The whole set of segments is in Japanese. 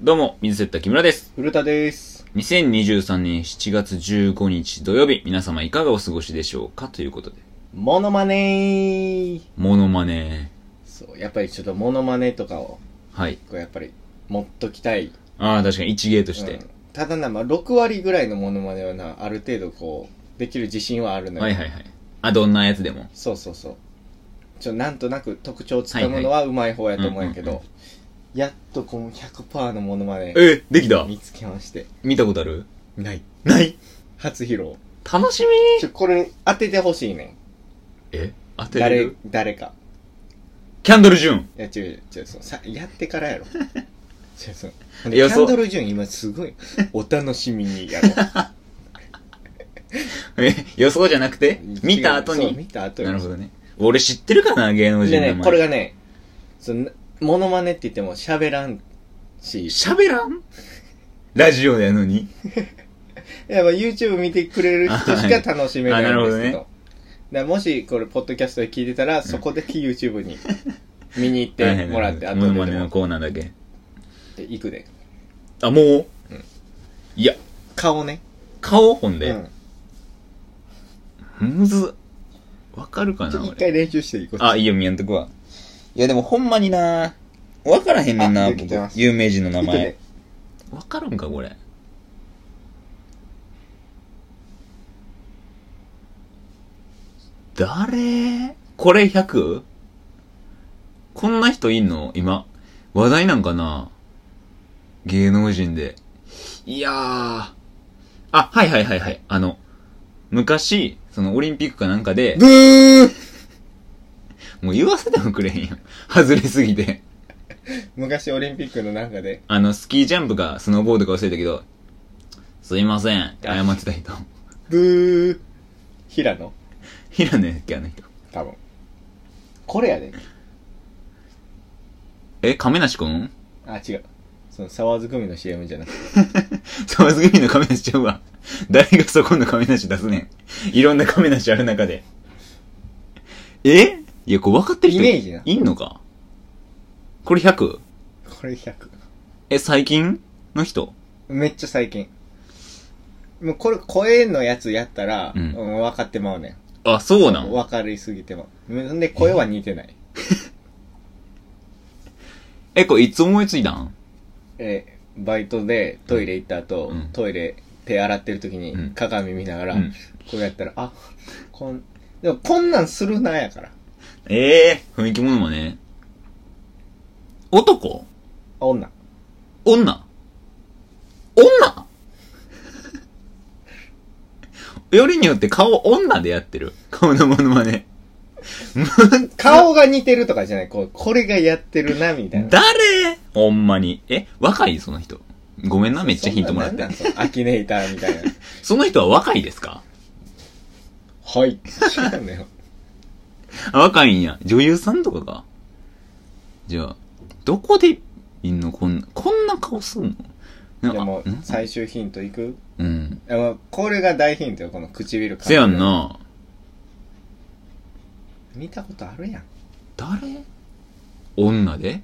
どうも、水セット木村です。古田です。 2023年7月15日土曜日、皆様いかがお過ごしでしょうかということで、モノマネーモノマネ。そう、やっぱりちょっとモノマネとかを、はい。こうやっぱり、持っときたい。ああ、確かに一芸としうてん。ただな、まあ、6割ぐらいのモノマネはな、ある程度こう、できる自信はあるのよ。はいはいはい。あ、どんなやつでも。そうそうそう。ちょ、なんとなく特徴をつかむのはうまい方やと思うんやけうんうど、やっとこの100%のモノマネ、え、できた見つけまして。見たことあるない。ない初披露。楽しみちょ、これ当ててほしいねん。え当てれ誰る、誰か。キャンドルジュンいや、違う違う違う、そうさ、やってか らやろ。違う、そう。ほんでいキやャそうンドル・ジュン、今すごい、お楽しみにやろう。え、予想じゃなくて 見た後そうに。見た後に。なるほどね。俺知ってるかな芸能人での名ね、前。これがね、その、モノマネって言っても喋らんし、喋らんラジオやのに。やっぱ YouTube 見てくれる人しか楽しめないんあなですけるど。ほどねだからもし、これ、ポッドキャストで聞いてたら、そこだけ YouTube に見に行ってもらっ て、はい後はいはいモノでマネでのもコーナーだけ。行くで。あ、もう、いや、顔ね。顔本で。うん。むずっ。わかるかちなょ一俺。回練習していこう。あ、いいよ、見んとくわ。いや、でもほんまになわからへんねんなあ僕できてます有名人の名行く前で。。わかるんか、これ。誰これ 100? こんな人いんの今。話題なんかな芸能人で。いやー。あ、はいはいはいはい。あの、昔、そのオリンピックかなんかで、ブーもう言わせてもくれへんよ。 外れすぎて。昔オリンピックのなんかで、あの、スキージャンプかスノーボードか忘れたけど、すいませんって謝ってた人。ブー平野平野やっけ、あの人。多分。これやで。 え、亀梨くんあ、違う。その、沢津組の CM じゃなくて。沢津組の亀梨ちゃうわ。 誰がそこの亀梨出すねん。 いろんな亀梨ある中で。 えいや、これ分かってる人イメージないんのかこれ 100? これ100。え、最近の人めっちゃ最近。もうこれ、声のやつやったら、ううんん、分かってまうね。あ、そうなんん分かりすぎても。んで、声は似てない。え、これいつ思いついたんえーバイトでトイレ行った後、うんトイレ、手洗ってる時にうん、鏡見ながら、うんこうやったら、あ、こん、でもこんなんするなやから。ええ雰囲気ものもね。男女。女女 よりによって顔女でやってる。顔のモノマネ。顔が似てるとかじゃない、こう、これがやってるな、みたいな。誰ほんまに。え若いその人。ごめんな、めっちゃヒントもらっそんなてんなん。そのアキネイターみたいな。その人は若いですかはい。違うのよ。あ若いんや。女優さんとかか。じゃあ、どこでいんのこんな、こんな顔すんのでもな、んか最終ヒントいくうん。あまあこれが大ヒントよ、この唇から。せやん。な。見たことあるやん。誰女で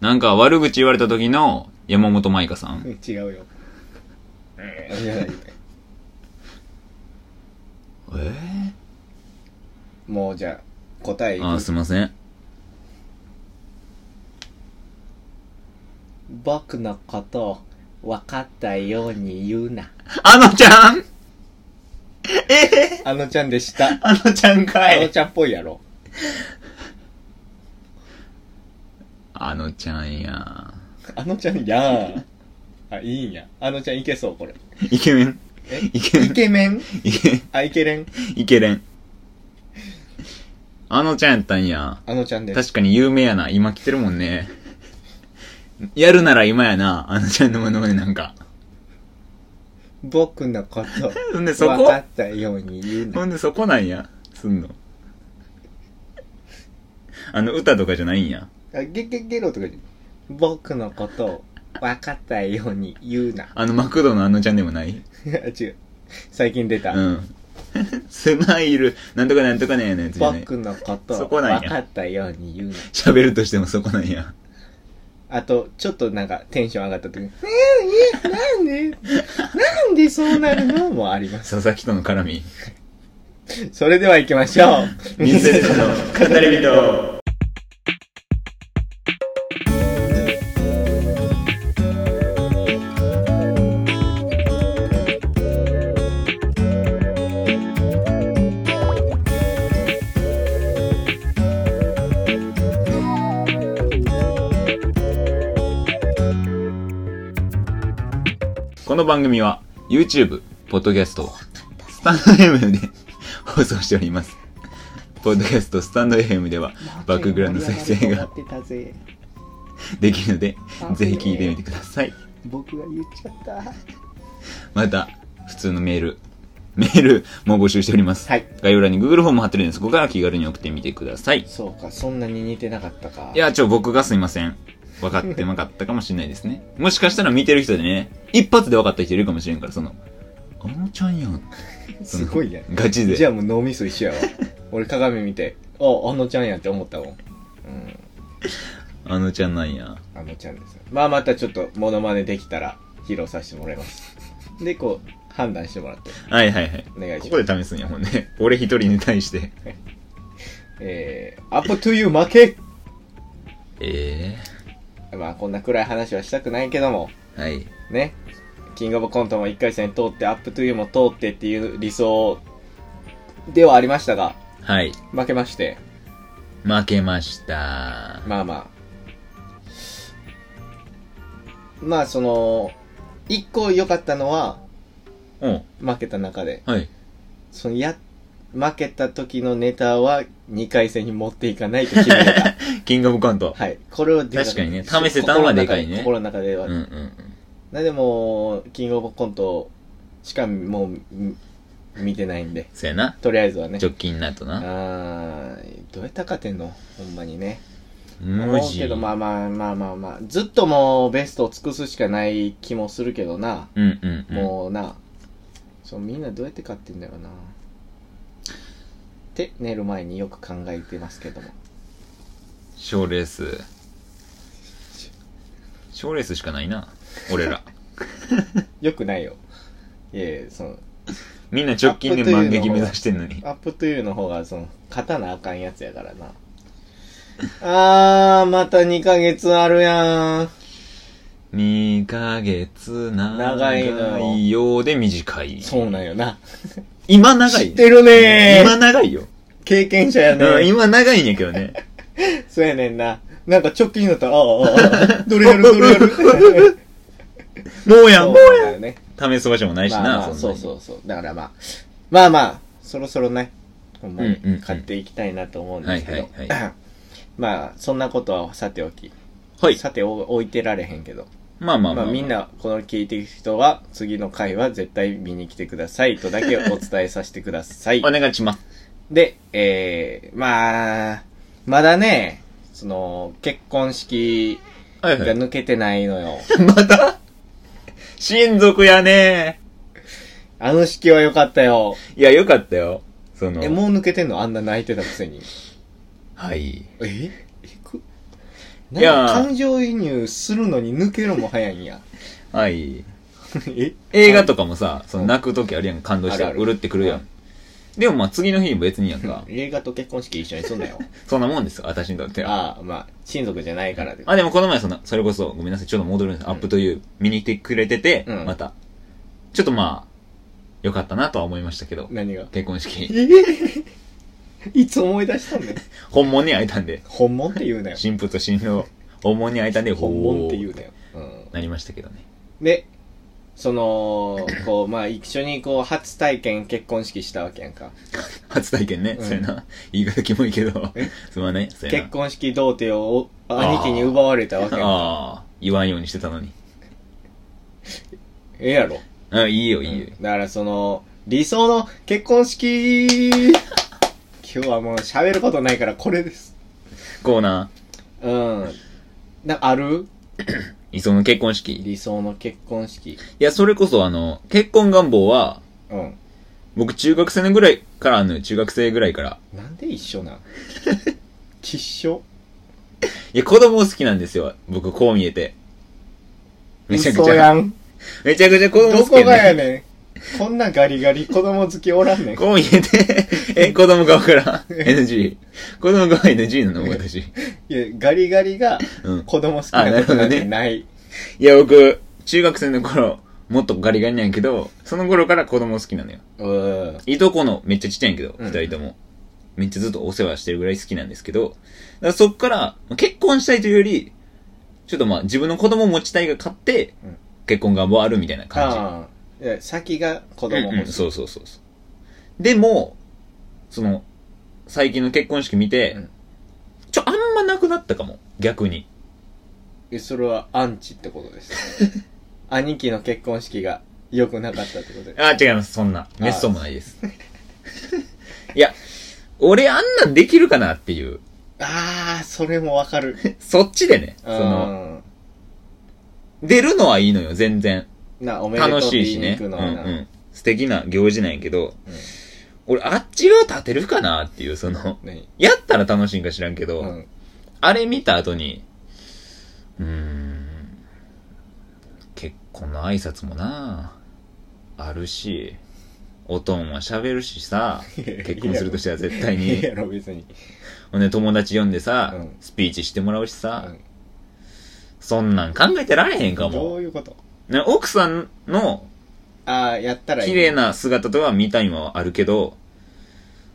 なんか悪口言われた時の山本舞香さん。違うよ。うんじゃないえもうじゃあ、答ええいあ、すく。いません。僕のことを分かったように言うな。あのちゃんええあのちゃんでした。あのちゃんかあのいちゃんっぽいやろ。あのちゃんや。あのちゃんやー。あ、いいんや。あのちゃんいけそう、これ。イケメンえイケメンイケメンイケ、あ、イケレンイケレン。あのちゃんやったんや。あのちゃんです。確かに有名やな。今来てるもんね。やるなら今やな。あのちゃんのものまねなんか。僕のこと ほんでそこ分かったように言うほな。んでそこなんや。すんの。あの、歌とかじゃないんや。あゲゲゲロとか言う僕のことを分かったように言うな。 あの、マクドのあのちゃんでもないいや違う。最近出た。うん。 スマイル、なんとかなんとかねのやつじゃない。僕のことそをこなんや分かったように言うな。喋るとしてもそこなんや。ああと、ちょっとなんかテンション上がった時に、 えー、えー、なんで、 なんでそうなるのもあります。佐々木との絡み。それでは行きましょ う。ミン セントの語り人。この番組は YouTube、ポッドキャスト、スタンド FM で放送しております。ポッドキャストスタンド FM ではバックグラウンド再生ができるので、ぜひ聞いてみてください。僕が言っちゃった。また、普通のメール、 メールも募集しております。はい概要欄に Google フォーム貼ってるんで、そこから気軽に送ってみてください。そうか、そんなに似てなかったか。い、や、ちょ、僕がすいません。分かってなかったかもしれないですね。もしかしたら見てる人でね、一発で分かった人いるかもしれんから、その、あのちゃんやん。すごいやん。ガチで。じゃあもう脳み そ一緒やわ。俺鏡見て、あ、あのちゃんやって思ったもん。うん。あのちゃんなんや。あのちゃんです。まあまたちょっとモノマネできたら披露させてもらいます。で、こう、判断してもらって、はいはいはい。お願いしこまこす。で試すんやもんね。俺一人に対して。えー、アップトゥーユー負けえまあこんな暗い話はしたくないけども、えはい。ね。キングオブコントも1回戦通って、アップトゥーユーも通ってっていう理想ではありましたが、はい。負けまして、負けました。まあまあ。まあその、1個良かったのは、うん。負けた中で、はい。そのや、負けた時のネタは2回戦に持っていかないと決 めた。キングオブコント。はい。これをでか確かにね試せたのはでかいね心の中で心の中ではうんうんうん。なんでもう、キングオブコントしかもうみ見てないんで、そやな。とりあえずはね。直近になるとな。あーどうやったら勝てんのほんまにね。無思う事。けど、まあまあまあまあまあ、ずっともうベストを尽くすしかない気もするけどな。うんうん、うん。もうな、そうみんなどうやって勝ってんだろうな。って寝る前によく考えてますけども。賞レース。賞レースしかないな。俺 ら。よくないよ。いやいやその、みんな直近で万劇目指してんのに。アップトゥーユーの方が、その、勝たなあかんやつやからな。あー、また2ヶ月あるや2ヶ月長長いのよいようで短いん。。そうなんよな。今長知いっ。てるね今ー。長いよ。経験者やうんね今長いんやけどね。そうやねんな。なんか直近になったら、あーあー、あーどれや るどれやる。もうやん、 そもうやうなんだよね。ん。試す場所もないしまあな、まそあ、んそなうにそうそう。だからまあ、まあまあ、そろそろね、ほんまにうんうんうん買っていきたいなと思うんですけどはいはいは。 まあ、そんなことはさておき。はい。さてお置いてられへんけど。まあまあままあ。あみん。な、この聞いてる人は、次の回は絶対見に来てくださいとだ けお伝えさせてくださいお。願いします。で、えー、まあ、まだね、その、結婚式はいがはい。抜けてないのよ。 また親族やねあの式は良かったよ。いや、よかったよ。その。え、もう抜けてんのあんな泣いてたくせに。はい。えくいやーなんか感情移入するのに抜けるのも早い んや。はい。え映画ととかもさ、その泣く時あるやん。感動して、あるあるうるってくるや。うんでもまあ次の日別にやんか。映画と結婚式一緒にすんなよ。そんなもんですよ、私にとっては。ああ、まあ、親族じゃないからで。あ、でもこの前その、それこそ、ごめんなさい、ちょっと戻るんです。アップという、見に来てくれてて、うんまた。ちょっとまあ、よかったなとは思いましたけど。何が結婚式、え いつ思い出したんだよ。本物に会えたんで、本物って言うなよ。新婦と新郎、本物に会えたんで、本物って言うほなよ。うんーなりましたけどね。で、その、こう、まあ、一緒にこう、初体験結婚式したわけやんか。 初体験ね、うんそうやな。言い方キモいけど え、すまない、そうやな。結婚式童貞をおあー兄貴に奪われたわけやんか。ああ、言わんようにしてたのに。ええやろ。あいいよ、いいよ。だからその、理想の結婚式今日はもう喋ることないからこれです。コーナうん。な、あるー、その結婚式。い理想の結婚式。や、それこそあの、結婚願望は、うん。僕中学生のぐらいからあんのよ、中学生ぐらいから。なんで一緒なん吉祥いや、子供好きなんですよ。僕、こう見えて。めちゃくち嘘ゃ、やん。めちゃくちゃ子供ど好きやこねがやねん。こんなガリガリ子供好きおらんねん。こう見えて、え、子供顔から NG。子供顔 NG なの私。いや、ガリガリがうん。子供好きなことなんてない。いや、僕、中学生の頃、もっとガリガリなんやけど、その頃から子供好きなのよ。うん。いとこのめっちゃちっちゃいんやけど、うん二人とも。めっちゃずっとお世話してるぐらい好きなんですけど、だからそっから、結婚したいというより、ちょっとまあ自分の子供を持ちたいが勝ってうん、結婚願望あるみたいな感じ。ああ。いや先が子うん供うん欲しい。そうそうそうそう。でも、その、最近の結婚式見て、うんちょ、あんまなくなったかも。逆に。えそれはアンチってことです。 兄貴の結婚式が良くなかったってことです。あー、違います。そんな。メッソもないです。 いや、俺あんなんできるかなっていう。ああ、それもわかる。そっちでね。 その、の、出るのはいいのよ、全然。な、おめでとう楽っしてい言いしにね行。うくんうのはな。ん。素敵な行事なんやけど、うん俺あっち側立てるかなっていう、その、ねやったら楽しいんか知らんけど、うん。あれ見た後に、うーん、結婚の挨拶もなあるし、おとんは喋るし さ、結婚するとしたら絶対いいに、やろ、別に。ほんで友達呼んでさ、うんスピーチしてもらうしさ、うんそんなん考えてられへんかども。ういうことね、奥さんのああ、やったらいい。綺麗。な姿とか見たいのはあるけど、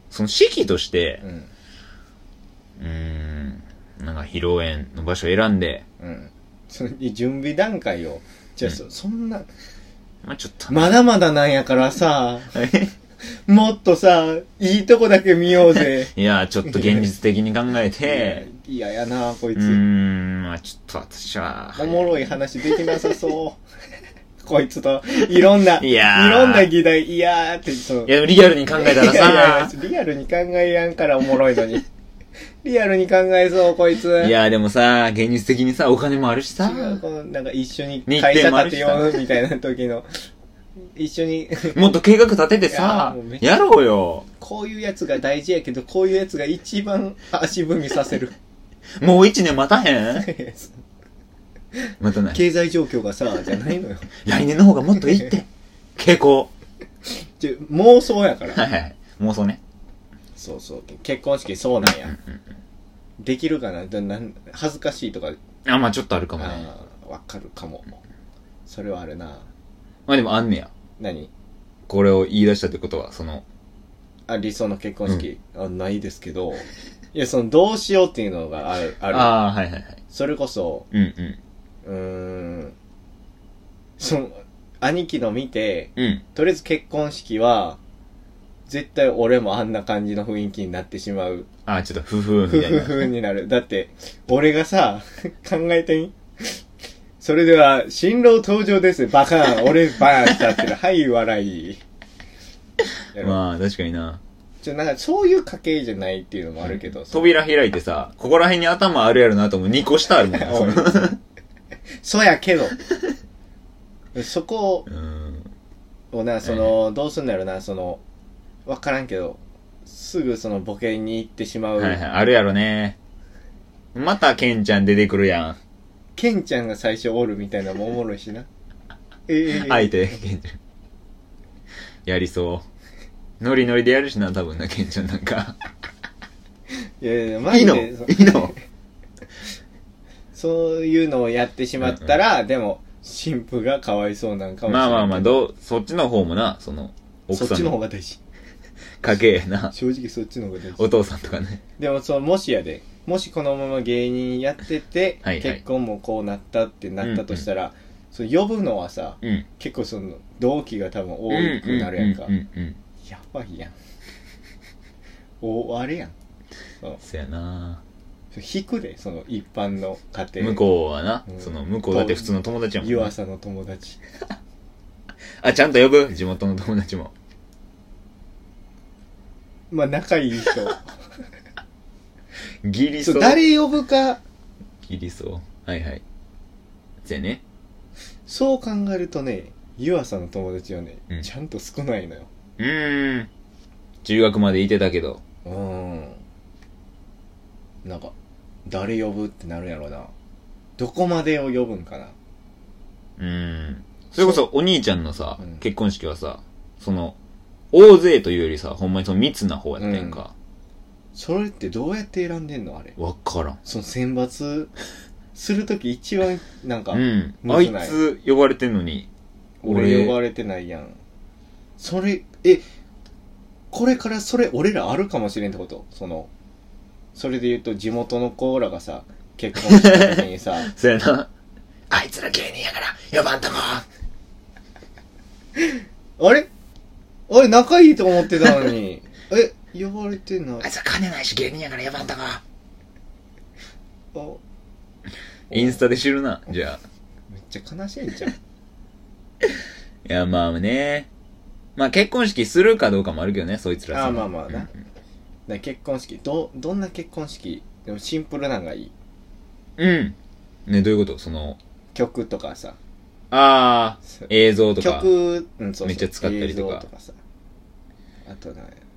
その式としてう、うん。ーん、なんか披露宴の場所選んで、うん。それで準備段階を。じゃあ、そそんな、まあちょっ と、まだまだなんやか らさ、えもっとさ、いいとこだけ見よう ぜ。いやー、ちょっと現実的に考えて、いや、やな、こいうーつ。ん、まあちょっと私は、おもろい話できなさそう。 こいつと、いろんな、いやーろんな議題、いやーって、そう。いや、リアルに考えたらいやいやさ、いやリアルに考えやんからおもろいのに。 リアルに考えそう、こいつ。いやーでもさ、現実的にさ、お金もあるしさ、違う、この、なんか一緒に日会社程もある立してようみたいな時の、一緒に、 もっと計画立てていやさーもうめっ、ちやろうよ。こういうやつが大事やけど、こういうやつが一番足踏みさせる。 もう一年待たへん待たない。経済状況がさ、じゃないのよ。来年の方がもっといいって。傾向。ちょ妄想やから。はいはい。妄想ね。そうそう。結婚式そうなんや。できるかなだなん恥ずかしいとか、あ、まあちょっとあるかもね。あーわかるかも。それはあるな。まあでもあんねや。何これを言い出したってことは、その、あ理想の結婚式、あないですけど。いや、その、どうしようっていうのがある。あるああー、はいはいはい。それこそ、うんううーん、その、兄貴の見て、ん。うん。とりあえず結婚式は、絶対俺もあんな感じの雰囲気になってしまう。ああ、ちょっと、ふふーふみたいふな。ふになる。だって、俺がさ、考えてみ。それでは、新郎登場です。バカーン。俺、バーンってなってる。はい、笑い。やろまあ、確かにな。ちょ、なんか、そういう家系じゃないっていうのもあるけど。そ扉開いてさ、ここら辺に頭あるやろなと思う2個下あるもん おいな。そのそやけど。そこを、うん。をなその、どうすんだろうなその分からんけどすぐそのボケに行ってしまう、はいはい、あるやろね。またケンちゃん出てくるやん。ケンちゃんが最初おるみたいなのもおもろいしなええ相手、ケンちゃん。やりそう。ノリノリでやるしな、多分な、ケンちゃんなんか。いやいやマいいジのでいそいの そういうのをやってしまったら、でも新婦がかわいそうなんかもしれまなあいまあまあ、けどどう、そっちの方もな、その、奥そっさちんの方のが大事家系やな。正直そっちの方が大お父事さんとかね。でもそのもしやでもしこのまま芸人やっててはいはい結婚もこうなったってなったとしたら、その呼ぶのはさうん。結構その同期が多分多くなるやんか、うんうんうんうん。やばいやん。お、あれやん。そやな引くで、その一般の家庭。向こうはなう、んその、向こうだって普通の友達やもん湯な。浅の友達。あ、ちゃんと呼ぶ地元の友達も。まあ、仲いい 人。ギリそソう誰呼ぶか、ギリソはいはい。せやね。そう考えるとね、湯浅の友達はね、うんちゃんと少ないのよ。うーん。中学までいてたけど。うーん。なんか、誰呼ぶってなるやろな。どこまでを呼ぶんかな。うん。それこそ、お兄ちゃんのさうん、結婚式はさ、その、大勢というよりさ、ほんまにその密な方やったやんか。それってどうやって選んでんのあれ。わからん。その選抜するとき一番、なんかう、ん。むあずいないつ呼ばれてんのに、俺呼ばれてないやん。それ、え、これからそれ俺らあるかもしれんってことその、それで言うと地元の子らがさ、結婚した時 にさ、そやな。あいつら芸人やから、呼ばんともあれあれ仲いいと思ってたの に。え、呼ばれてない。いつら金ないし芸人やから呼ばんともあインスタで知るな、じゃあ。めっちゃ悲しい じゃん。いや、まあね。まあ結婚式するかどうかもあるけどね、そいつらさ。あーまあまあなうんだ結婚式、ど、どんな結婚式でもシンプルなんがいい。うん。ね、どういうことその、曲とかさ。あー、映像とか。曲、うん、そうそうめっちゃ使ったりとか映像とかさ。あとな、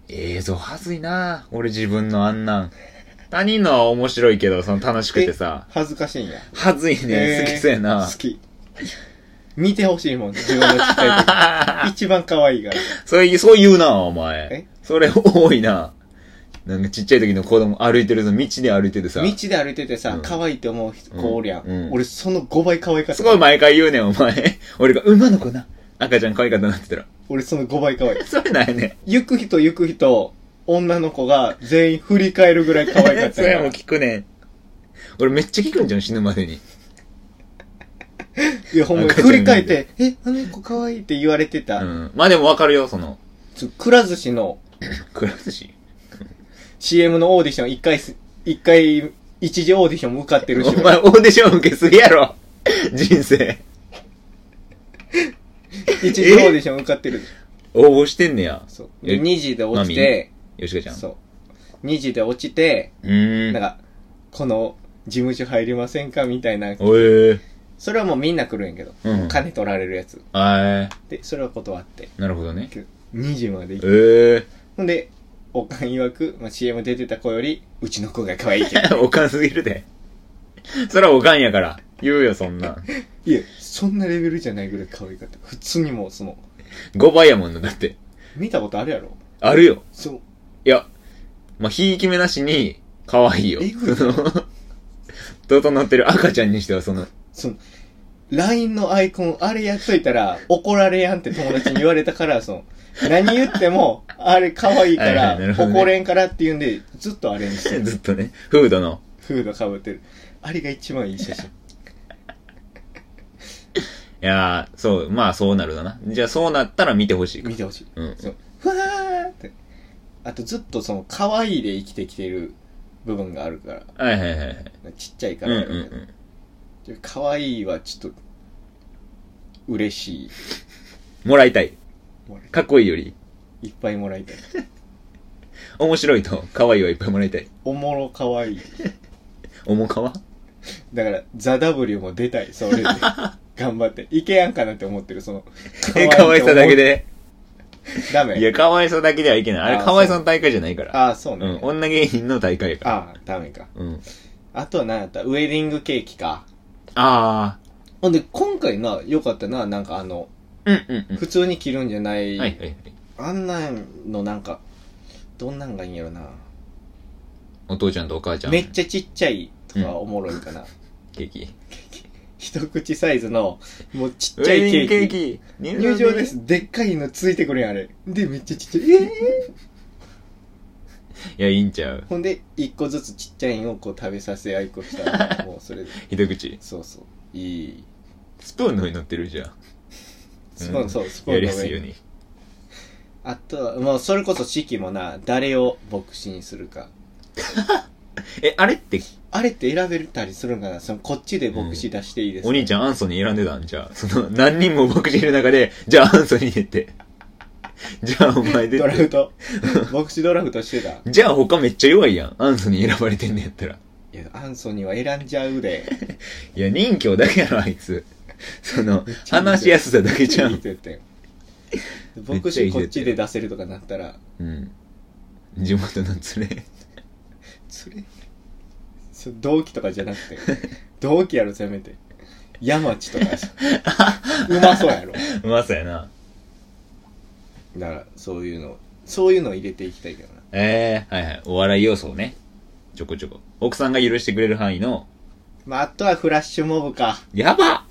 映像はずいな俺自分のあんなん。他人のは面白いけど、その楽しくてさ。恥ずかしいんや。はずいね、えー好きそうやな好き。見てほしいもん、自分のちっちゃい時。一番可愛いから。 それ、そう言うな、お前え。それ多いな。なんかちっちゃい時の子供歩いてるぞ、道で歩いててさ。道で歩いててさ、うん可愛いって思う人子おるやん。うんうん俺、その5倍可愛かった。すごい毎回言うねん、お前。俺が、馬の子な。赤ちゃん可愛かったなって言っ俺、その5倍可愛いた。 ら。それなんやね行く人行く人、女の子が全員振り返るぐらい可愛かっん。た そかれもら。聞くねん。俺めっちゃ聞くんじゃん、死ぬまでに。いや、ほんまに赤ちゃん振り返って、え、あの子可愛いって言われてた。うん。まあでもわかるよ、その、つくら寿司のくら寿司。 CM のオーディション一回す、一回、一時オーディションも受かってるしお、前オーディション受けすぎやろ。人生。一時オーディション受かってる。応募してんねや。そう。えで、2時で落ちて、吉川ちゃん。そう。2時で落ちて、うーん。なんか、この、事務所入りませんかみたいな。おえー。それはもうみんな来るんやけど。うん金取られるやつ。あで、それは断って。ー。なるほどね。 2時まで行っえー。ほんで、おかん曰く、まあ、CM 出てた子より、うちの子が可愛 いけど。おかんすぎるで。そらおかんやから。言うよ、そんなん。いや、そんなレベルじゃないぐらい可愛かった。普通にもう、その、 5倍やもんな、だって。見たことあるやろあるよ。そう。いや、まあ、ひいき目なしに、可愛いよ。えぐいその、整ってる赤ちゃんにしては、その、その、LINE のアイコン、あれやっといたら、怒られやんって友達に言われたから、その、何言っても、あれ可愛いかはいはら、いなるほどね怒れんからっていうんで、ずっとあれにしてる。ずっとね、フードの。フード被ってる。あれが一番いい写真。いやー、そう、まあそうなるだな。じゃあそうなったら見てほしいか見。てほしい。うん。そうふわーって。あとずっとその、可愛いで生きてきてる部分があるから。はいはいはいはい。ちっちゃいかうんうらんやるけど、可愛いはちょっと、嬉しい。うん。もらいたい。かっこいいより、いっぱいもらいたい。面白いと、可愛いはいっぱいもらいたい。おもろ可愛い。おもかわだから、ザ・ W も出たい、それで。 頑張って。いけやんかなって思ってる、その。え、可可愛愛いと思さうだけ。で。ダいメ。や、可愛さだけではいけない。ああれー可愛さの大会じゃないから。ああ、そううね。ん。女芸人の大会やから。ああ、ダメか。うん。あとは何やったウェディングケーキか。あほんで、今回な、よかったな、なんかあの、ー。うんうんうん。普通に着るんじゃない、はいはいはい。あんなんのなんか、どんなんがいいんやろな。お父ちゃんとお母ちゃん。めっちゃちっちゃいとかおもろいかな。 ケーキ。一口サイズの、もうちウっちゃェデいィンケグケーーキ。キ。入場で。す。でっかいのついてくるやん、あれ。で、めっちゃちっちゃい。えいや、いいんちゃうー、。ほんで、一個ずつちっちゃいのをこう食べさせ合いっこしたら、も うそれで。一口。そうそう。いい。スプーンの上に乗ってるじゃん。スプーン、うんそう、スプやーンりのやすいよう上に。に。あとは、もうそれこそ式もな、誰を牧師にするか。え、あれって、あれって選べたりするんかなその、こっちで牧師出していいですか、お兄ちゃんアンソニー選んでたんじゃあ。 その、何人も牧師いる中で、じゃあアンソニーって。 じゃあお前でドラフト。 牧師ドラフトしてた。じゃあ他めっちゃ弱いやん。アンソニー選ばれてんねやったら。いや、アンソニーは選んじゃうで。いや、任侠だけやろ、あいつ。 そのっ、ちゃいい話しやすさ だけじゃいいんっ。て言って牧師こっちで出せるとかなったら、うん。地元の連れ。それ、それ同期とかじゃなく て同期やろせめて山地とかやしうまそうやろう まそうやな。だからそういうのそういうのを入れていきたいけどなええはいはい。お笑い要素をね。ちょこちょこ。奥さんが許してくれる範囲の、まああとはフラッシュモブかやば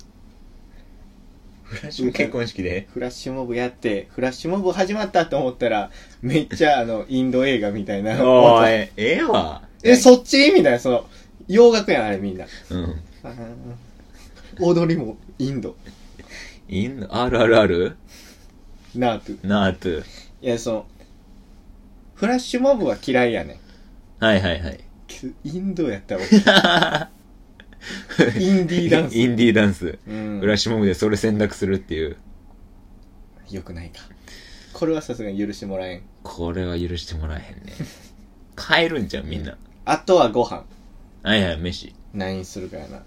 フラッシュ結婚式でフラッシュモブやってフラッシュモブ始まったと思ったらめっちゃあのインド映画みたいなおーえ、ええわ。えそっちみたいなその洋楽やんあれみんなうん。あー踊りもインドインド、RRR? ナートゥナートゥ。いやそのフラッシュモブは嫌いやねんはいはいはい。けどインドやったら インディーダンスインディーダンス。うんフラッシュモブでそれ選択するっていう。よくないかこれはさすがに許してもらえんこれは許してもらえへんね。帰るんじゃん、みんな。あとはご飯はいはい、飯。何にするかやな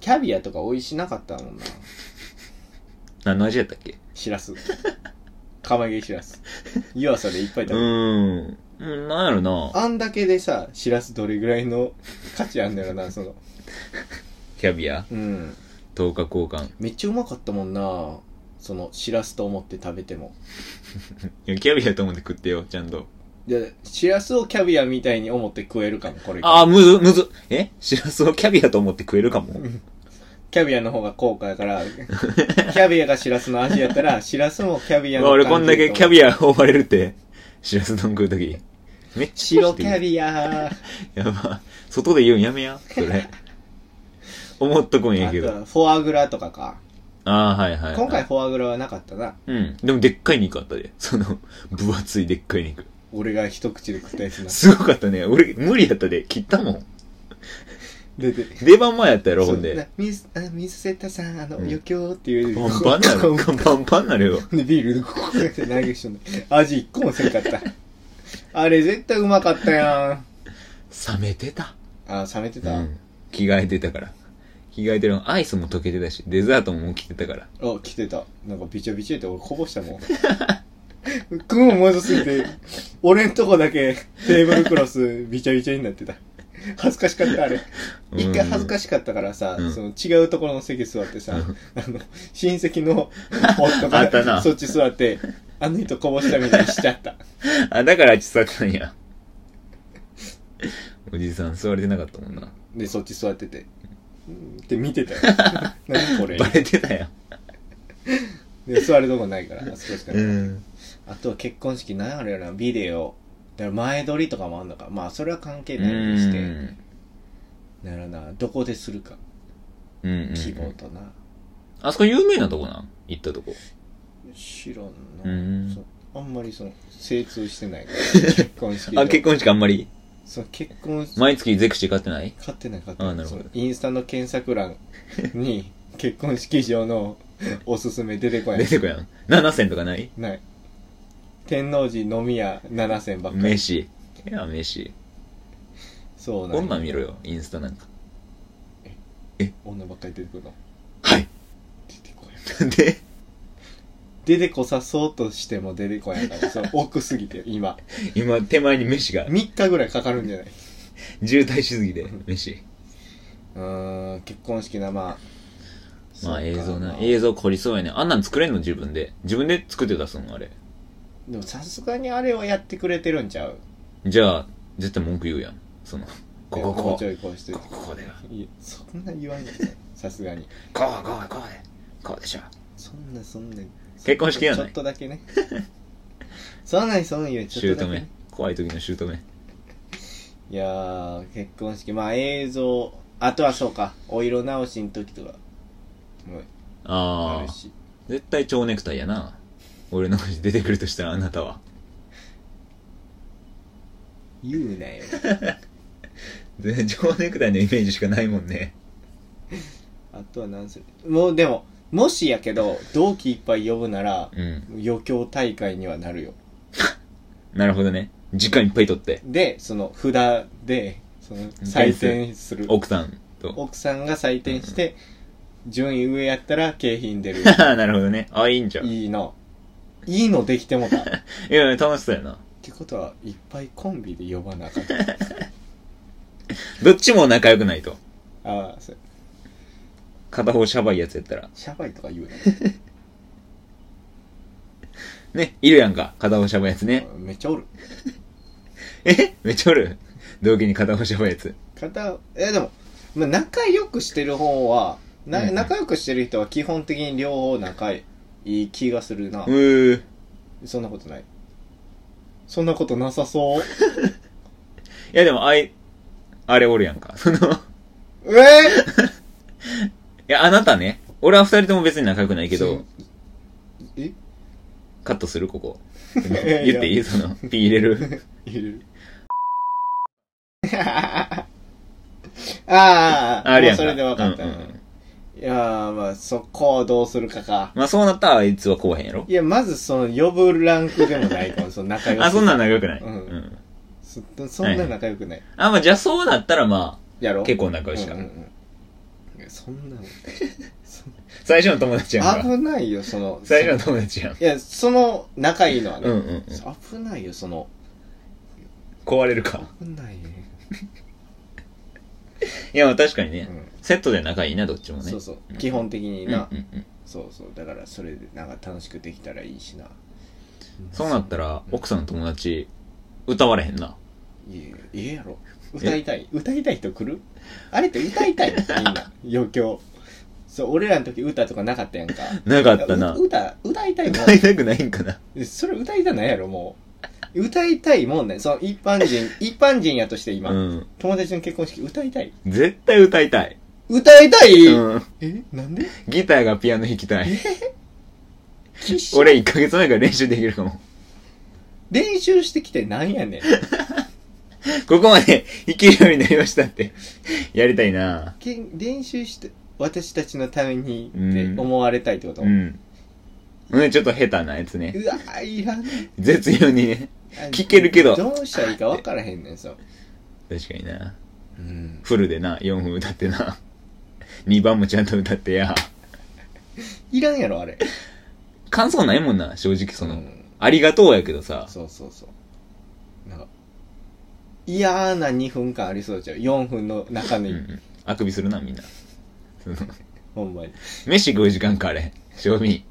キャビアとか美味しなかったもんな何の味やったっけしらす釜揚げしらす湯浅でいっぱいう食べた、ーん。うん、なんやろな。あんだけでさしらすどれぐらいの 価値あんのやろなそのキャビアうん10日交換。めっちゃうまかったもんなそのしらすと思って食べてもいやキャビアと思って食ってよ、ちゃんと。でしらすをキャビアみたいに思って食えるかもこれあー、むず、むず。えシラスをキャビアと思って食えるかも。キャビアの方が高価やからキャビアがしらすの味やったらしらすもキャビアの俺こんだけキャアビア追われるって、シラス丼食うとき。めっちゃ白欲しいキャビアあやば。外で言うんやめや。そ れ。思っとくんとやけど。はフォアグラとかかああ、はいはい。今回。フォアグラはなかったなうん。でもでっかい肉あったで。その、分厚いでっかい肉。俺が一口で食ったやつなすごかったね。俺、無理やったで。切ったもん。でで出番前やったやろ、ほんそうなで。水あ水瀬田さんあのうん余興っていうパ ンパンなる。パンパンなるよ。でビールでこうやって投げしとんの味一個もせんかったあれ絶対うまかったや冷めてた。んあ冷めてうた、ん。着替えてたから。着替えてるの。アイスも溶けてたし、デザートももう来てたから。 あ、来てた。なんかびちゃびちゃって俺こぼしたもん。雲もずすぎて、俺んとこだけテーブルクロスびちゃびちゃになってた。恥ずかしかった、あれ。うん一回恥ずかしかったからさ、うんその違うところの席座ってさ、うんあの、親戚の夫あったがなそっち座って、あの人こぼしたみたいにしちゃった。あ、だからあっち座ってたん や。おじさん座れてなかったもんな。で、そっち座ってて。うんって見 てたよ。何これバ。レてたやん。で、座るとこないから、あそこしかない。ん。あとは結婚式何あるよなビデオだから前撮りとかもあんのかまあそれは関係ないにしてうん。ならなどこでするかうんうん。希望とな、あそこ有名なとこなん行ったとこ。知らんうな、んそうあんまりその精通してないから結婚式とあ、結婚式あんまりそう結婚式毎月ゼクシー買ってない買ってなかったあなるほどそのインスタの検索欄に 結婚式場のおすすめ出てこな出いてくやん。7000とかないない天王寺飲み屋7000ばっかり飯。いや、飯。そうなん女や見ろよ、インスタなんか。女ばっかり出てくるのはい出てこないで、出てこさそうとしても出てこないから、その奥すぎて、今。今手前に飯が3日ぐらいかかるんじゃない渋滞しすぎて、飯。うーん、結婚式な、まあ。まあ映像な、像。映像凝りそうやね。あんなん作れんの自分で。自分で作って出すのあれ。でもさすがにあれはやってくれてるんちゃうじゃあ、絶対文句言うやん。その、こここもうこち。ょいこうしてこ。こここでよいや、そんな言わんよね。さすがに。こうこうこうでこうでしょそんな、そんな。結婚式やないちょっとだけね。そんなにそんなに言うちょっとだけ、姑ね。怖い時の姑いやー、結婚式、まあ映像、あとはそうか、お色直しの時とか。もうああるあし。絶対蝶ネクタイやな俺の話出てくるとしたらあなたは言うなよ。全然 蝶ネクタイのイメージしかないもんねあとは何するもうでももしやけど同期いっぱい呼ぶならうん余興大会にはなるよなるほどね時間いっぱい取ってでその札でその採点する奥さんと 奥さんが採点して、順位上やったら景品出るなるほどねあいいんじゃんいいいのいいのできてもたっや楽しそうやなてことはいっぱいコンビで呼ばなあかんどっちも仲良くないと。ああ、そう片方シャバいやつやったら。シャバいとか言うな。ね、いるやんか。片方シャバいやつね。めっちゃおる。えめっちゃおる。同期に片方シャバいやつ。片、え、でも、まあ、仲良くしてる方は、なうんうん仲良くしてる人は基本的に両方仲いい気がするなう。ー。そんなことない。そんなことなさそ う。いやでも、あい、あれおるやんか。その、いえー、や、あなたね。俺は二人とも別に仲良くないけど、えカットするここ。やいや言っていいその、ピー入れる。入れる ああ、あるやもうか。んそれで分かったうんね、うんうんいやー、まあ、そこをどうするかか。まあそうなったらあいつはこうへんやろいや、まずその、呼ぶランクでもないかも、その仲良く。あ、そんなん仲良くない、うんんそそんな仲良くない。あ、まあじゃあそうなったらまやろあ、結構仲良しか。うんうんうんいやそんなの最初の友達やんか。危ないよ、その。最初の友達やん。いや、その、仲いいのはね。うんうんうん。危ないよ、その。壊れるか。危ないね。いや、まあ確かにね、うんセットで仲いいな、どっちもね。そうそうう。ん基本的にうんうんな。うん。そうそう。だから、それで、なんか楽しくできたらいいしな。そうなったら、奥さんの友達、歌われへんな。いや、ええやろ。歌いたい。歌いたい人来るあれって歌いた いのみんな。余興。そう、俺らの時歌とかなかったやんか。なかったなう。歌、歌いたいも歌いたくないんかな。ん。それ歌いたないやろ、もう。歌いたいもんね。その一般 人、一般人やとして今、うん。友達の結婚式歌いたい。絶対歌いたい。歌いたい、うん。えなん でギターがピアノ弾きたい。きっしょ俺1ヶ月前から練習できるかも。練習してきてなんやねん。ここまで弾けるようになりましたって。やりたいなけん練習して、私たちのためにうっんて思われたいってこと、うん。うん、ちょっと下手なやつね。うわいらん絶妙にね。あ聞けるけどどうしたらいいか分からへんねん、そう。確かにな。うん。フルでな、4分歌ってな。2番もちゃんと歌ってや。いらんやろ、あれ。感想ないもんな、正直そうの。んありがとうやけどさ。そうそうそう。なんか、嫌な2分間ありそうじゃん。4分の中うんうに、ん。あくびするな、みんな。 そのほんまに。飯食う時間か、あれ。賞味。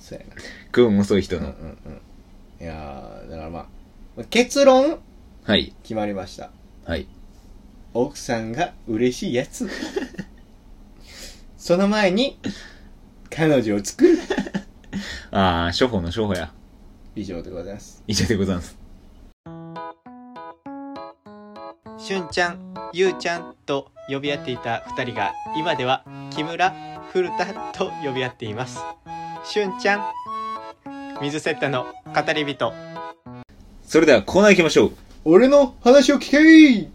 そうやな。食うん遅い人うんうの。んうん。いやー、だからまあ、結論、はい。決まりました。はい。奥さんが嬉しい やつ。その前に、彼女を作る。あー、処方の処方や。以上でございます。以上でございます。しゅんちゃん、ゆうちゃんと呼び合っていた二人が今では木村、古田と呼び合っています。しゅんちゃん、水セッタの語り人。それではコーナー行きましょう。俺の話を聞け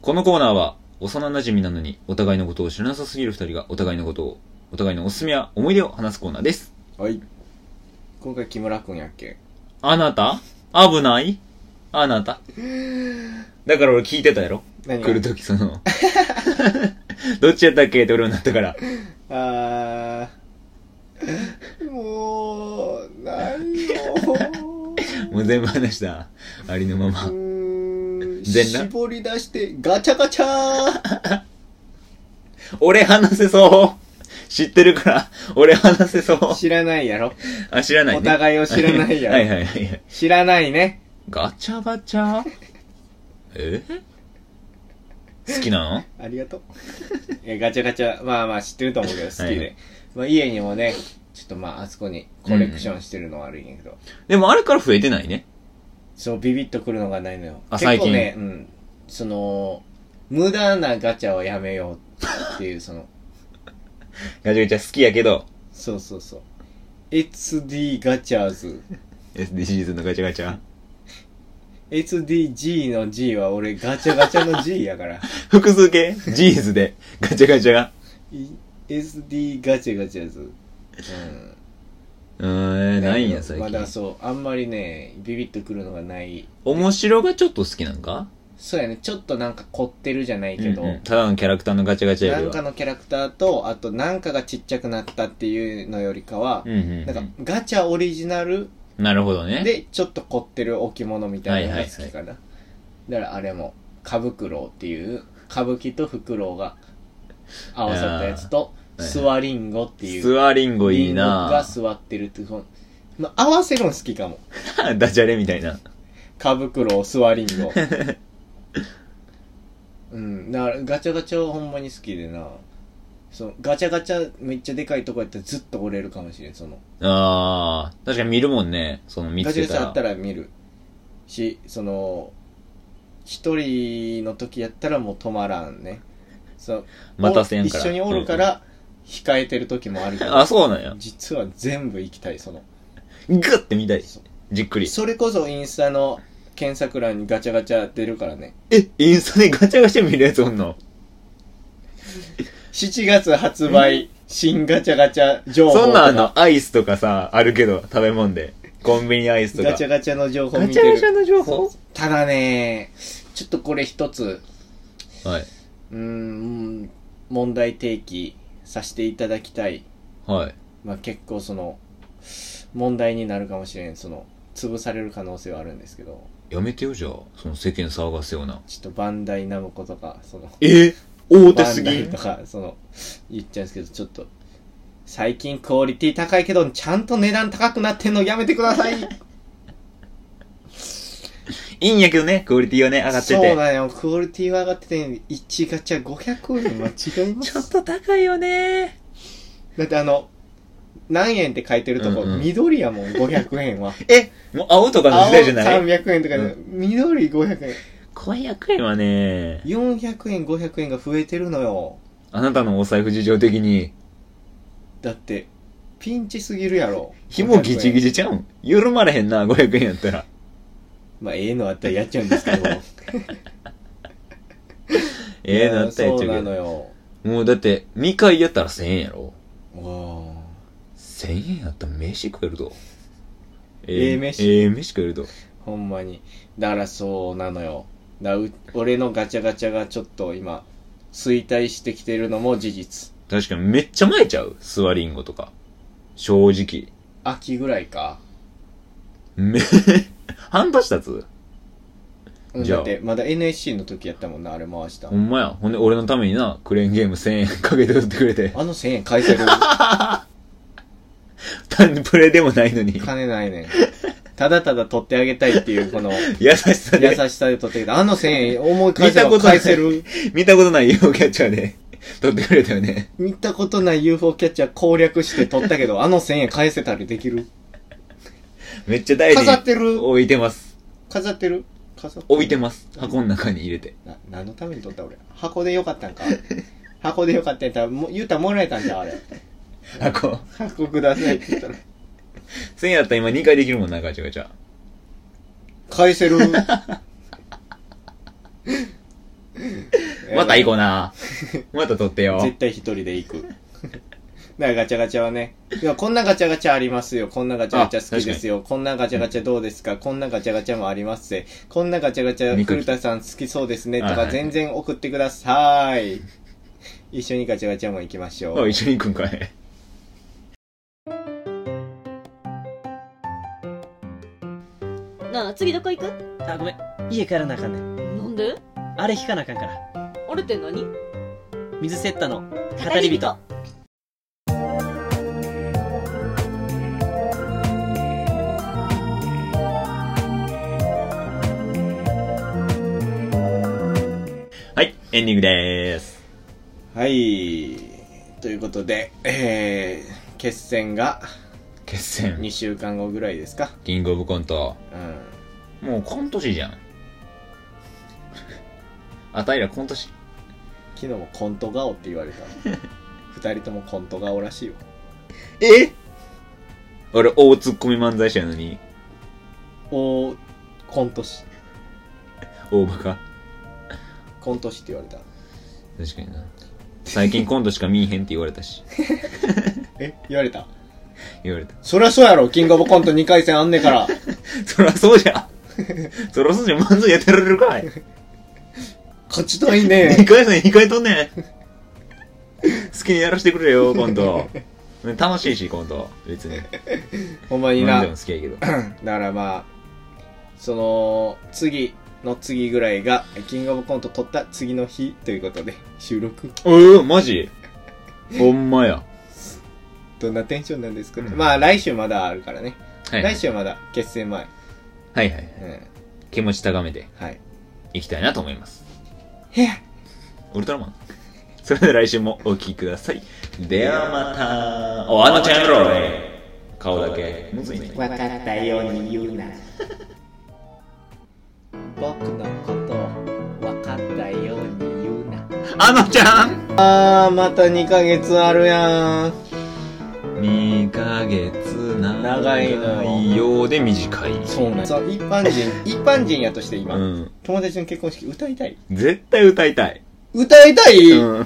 このコーナーは、幼馴染なのに、お互いのことを知らなさすぎる二人が、お互いのことを、お互いのおすすめや思い出を話すコーナーです。はい。今回木村くんやっけあなた危ないあなただから俺聞いてたやろ何が来るときその、 どっちやったっけって俺もなったから、あ ー。もう、ないよ もう全部話した。ありのまうま。ーん全裸絞り出して、ガチャガチャ俺話せそう知ってるから、俺話せそう 知らないやろ。あ、知らないね。お互いを知らないやろはいはいはいはい。知らないね。ガチャガチャえ好きなのありがとう。 えガチャガチャ、まあまあ知ってると思うけど、好きで。はいまあ家にもね、ちょっとまああそこにコレクションしてるのはあるんやけど、でもあれから増えてないね。そうビビッとくるのがないのよ。あ結構ね、うん。その、無駄なガチャはやめようっていう、その、ガチャガチャ好きやけど、そうそうそう。HD ガチャーズ。 SDGs のガチャガチャ。 SDG の G は俺ガチャガチャの G やから。 複数形ジーズでガチャガチャが。い SD ガチャガチャーズ。ううん。ーん、ないんや、最まだ近。そう、あんまりね、ビビッとくるのがない。面白がちょっと好きなんかそうやね、ちょっとなんか凝ってるじゃないけど、うんうんただのキャラクターのガチャガチャなよりんかは。のキャラクターと、あとなんかがちっちゃくなったっていうのよりかはう、んうんうなんかん。ガチャオリジナルなるほどね。でちょっと凝ってる置物みたいなのが好きかな。だからあれも歌舞伎っていう歌舞伎とフクロウが合わさったやつとあースワリンゴっていうスワリンゴいいリンゴがな座ってるっていう本まあ、合わせるの好きかも ダジャレみたいな。歌舞伎スワリンゴ うんだからガチャガチャはほんまに好きでなそのガチャガチャめっちゃでかいとこやったらずっと折れるかもしれんそのあー、確かに見るもんね。その見ガつチけャガチたャあら。ったら見るしその一人の時やったらもう止まらんねそう待たせんから。一緒におるかうんら控えてる時もあるけうん。ど、あ、そうなんや。実は全部行きたいそのグッて見たいそ。じっくり。それこそインスタの検索欄にガチャガチャ出るからねえ、インスタでガチャガチャ見るやつおんの7月発売新ガチャガチャ情報そとんかなんあの、アイスとかさ、あるけど、食べ物で。コンビニアイスとか。ガチャガチャの情報ガ見チてャるガチャの情報そうただねちょっとこれ一つはい。うーん問題提起させていただきたいはい。まあ、結構その問題になるかもしれんその潰される可能性はあるんですけどやめてよ、じゃあ。その世間騒がせような。ちょっとバンダイナムコとかそのえ大手バすンダイぎとかその言っちゃうんですけどちょっと最近クオリティ高いけどちゃんと値段高くなってんのやめてくださいいいんやけどね、クオリティはね、上がってそうて。なんよクオリティは上がってて1ガチャ500円間違いまちょっすと高いよね。だってあの何円って書いてるとこ、うんうん緑やもん500円 はえもう青とかの青時代じゃない300円とかで、う緑500円 ?500 円はね、 400円500円が増えてるのよあなたのお財布事情的に、だってピンチすぎるやろ紐ギチギチチちゃうん。緩まれへんな、500円やったら。まあええのあったらやっちゃうんですけど ええなったらやっちゃうけいそうなのよど。もうだって、2回やったら1000円やろわあ ?1000 円やったら飯食えるぞ。ええ飯ええ飯食えるぞ。ほんまにだからそうなのよだからう俺のガチャガチャがちょっと今衰退してきてるのも事実確かにめっちゃ前ちゃうスワリンゴとか。正直。秋ぐらいかめ、 半年経つうんじゃあだってまだ NSC の時やったもんなあれ回したほんまや。ほんで、俺のためにな、クレーンゲーム1000円かけて売ってくれて。あの1000円返せ る単にプレイでもないのに。金ないねんただただ取ってあげたいっていうこの優しさ優で。しさで取ってきた。あの1000円思い返見せたこばとない返せる。見たことない UFO キャッチャーで撮ってくれたよね。見たことない UFO キャッチャー攻略して取ったけど、あの1000円返せたりできる。めっちゃ大事に。飾ってる置いてます。飾ってる飾ってる置いてます。箱の中に入れて。な、何のために取った俺。箱でよかったんか。 箱でよかったんやったら、も言うたらもらえたんじゃん、あれ。箱。箱くださいって言ったら。 1000円やったら今2回できるもんな、ガチャガチャ。返せる。 また行こうな。また撮ってよ。絶対一人で行く。だからガチャガチャはね、いやこんなガチャガチャありますよ、こんなガチャガチャ好きですよ、こんなガチャガチャどうですか、こんなガチャガチャもありますぜ、こんなガチャガチャ見かけ古田さん好きそうですねとあはいかはい全然送ってください。一緒にガチャガチャも行きましょあう。一緒に行くんかい。なあ次どこ行くあごめん家帰らなあかんねんなんであれ引かなあかんからあれって何水セッタの語り人はい、エンディングでーす。はい。ということで、えー、決戦が決戦2。週間後ぐらいですか。キングオブコント。うん。もう今年じゃん。 あたいら今年。昨日もコント顔って言われた。 二人ともコント顔らしいよ。え俺、大ツッコミ漫才師やのに、おー、コント師。大バカ。コント師って言われた。確かにな。最近コントしか見えへんって言われたし。え言われた言われた。そりゃそうやろキングオブコント2回戦あんねんからそらそうじ ゃ。そらそうじゃ漫才やってられるかい。 勝ちたい二ね回戦二回とんねん。好きにやらせてくれよ、コン ト。ね楽しいし、コント。別に。ほんまに漫な才も好きやけど。だからまあその次の次ぐらいがキングオブコント撮った次の日ということで収録うー、マジほんまや。どんなテンションなんですかね、うんまあ来週まだあるからね、はい。来週はまだ結成前、はいはい。うん、気持ち高めてはいいきたいなと思います。ウルトラマン。それでは来週もお聞きください。ではまた。お、あのチャンネル俺顔だけ。むずいね。分かったように言うな僕のこと分かったように言うなあのちゃんあーまた2ヶ月あるやん !2 ヶ月長いのよようで短い。そうなんそう一般人一般人やとして今、うん。友達の結婚式歌いたい絶対歌いたい。歌いたい、うん。